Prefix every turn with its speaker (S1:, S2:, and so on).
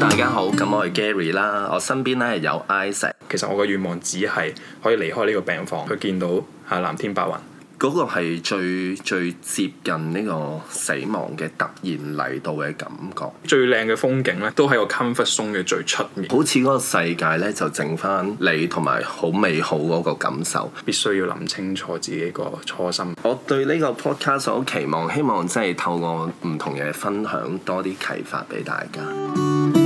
S1: 咁我係 Gary 啦，我身邊咧係有 Isaac，
S2: 其實我嘅願望只係可以離開呢個病房，去見到嚇藍天白雲。
S1: 嗰個係最最接近呢個死亡嘅突然嚟到嘅感覺，
S2: 最靚嘅風景咧，都喺個 comfort zone 嘅最出面，
S1: 好似嗰個世界咧就剩翻你同埋好美好嗰個感受。
S2: 必須要諗清楚自己個初心。
S1: 我對呢個 podcast 好期望，希望即係透過唔同嘅分享，多啲啟發俾大家。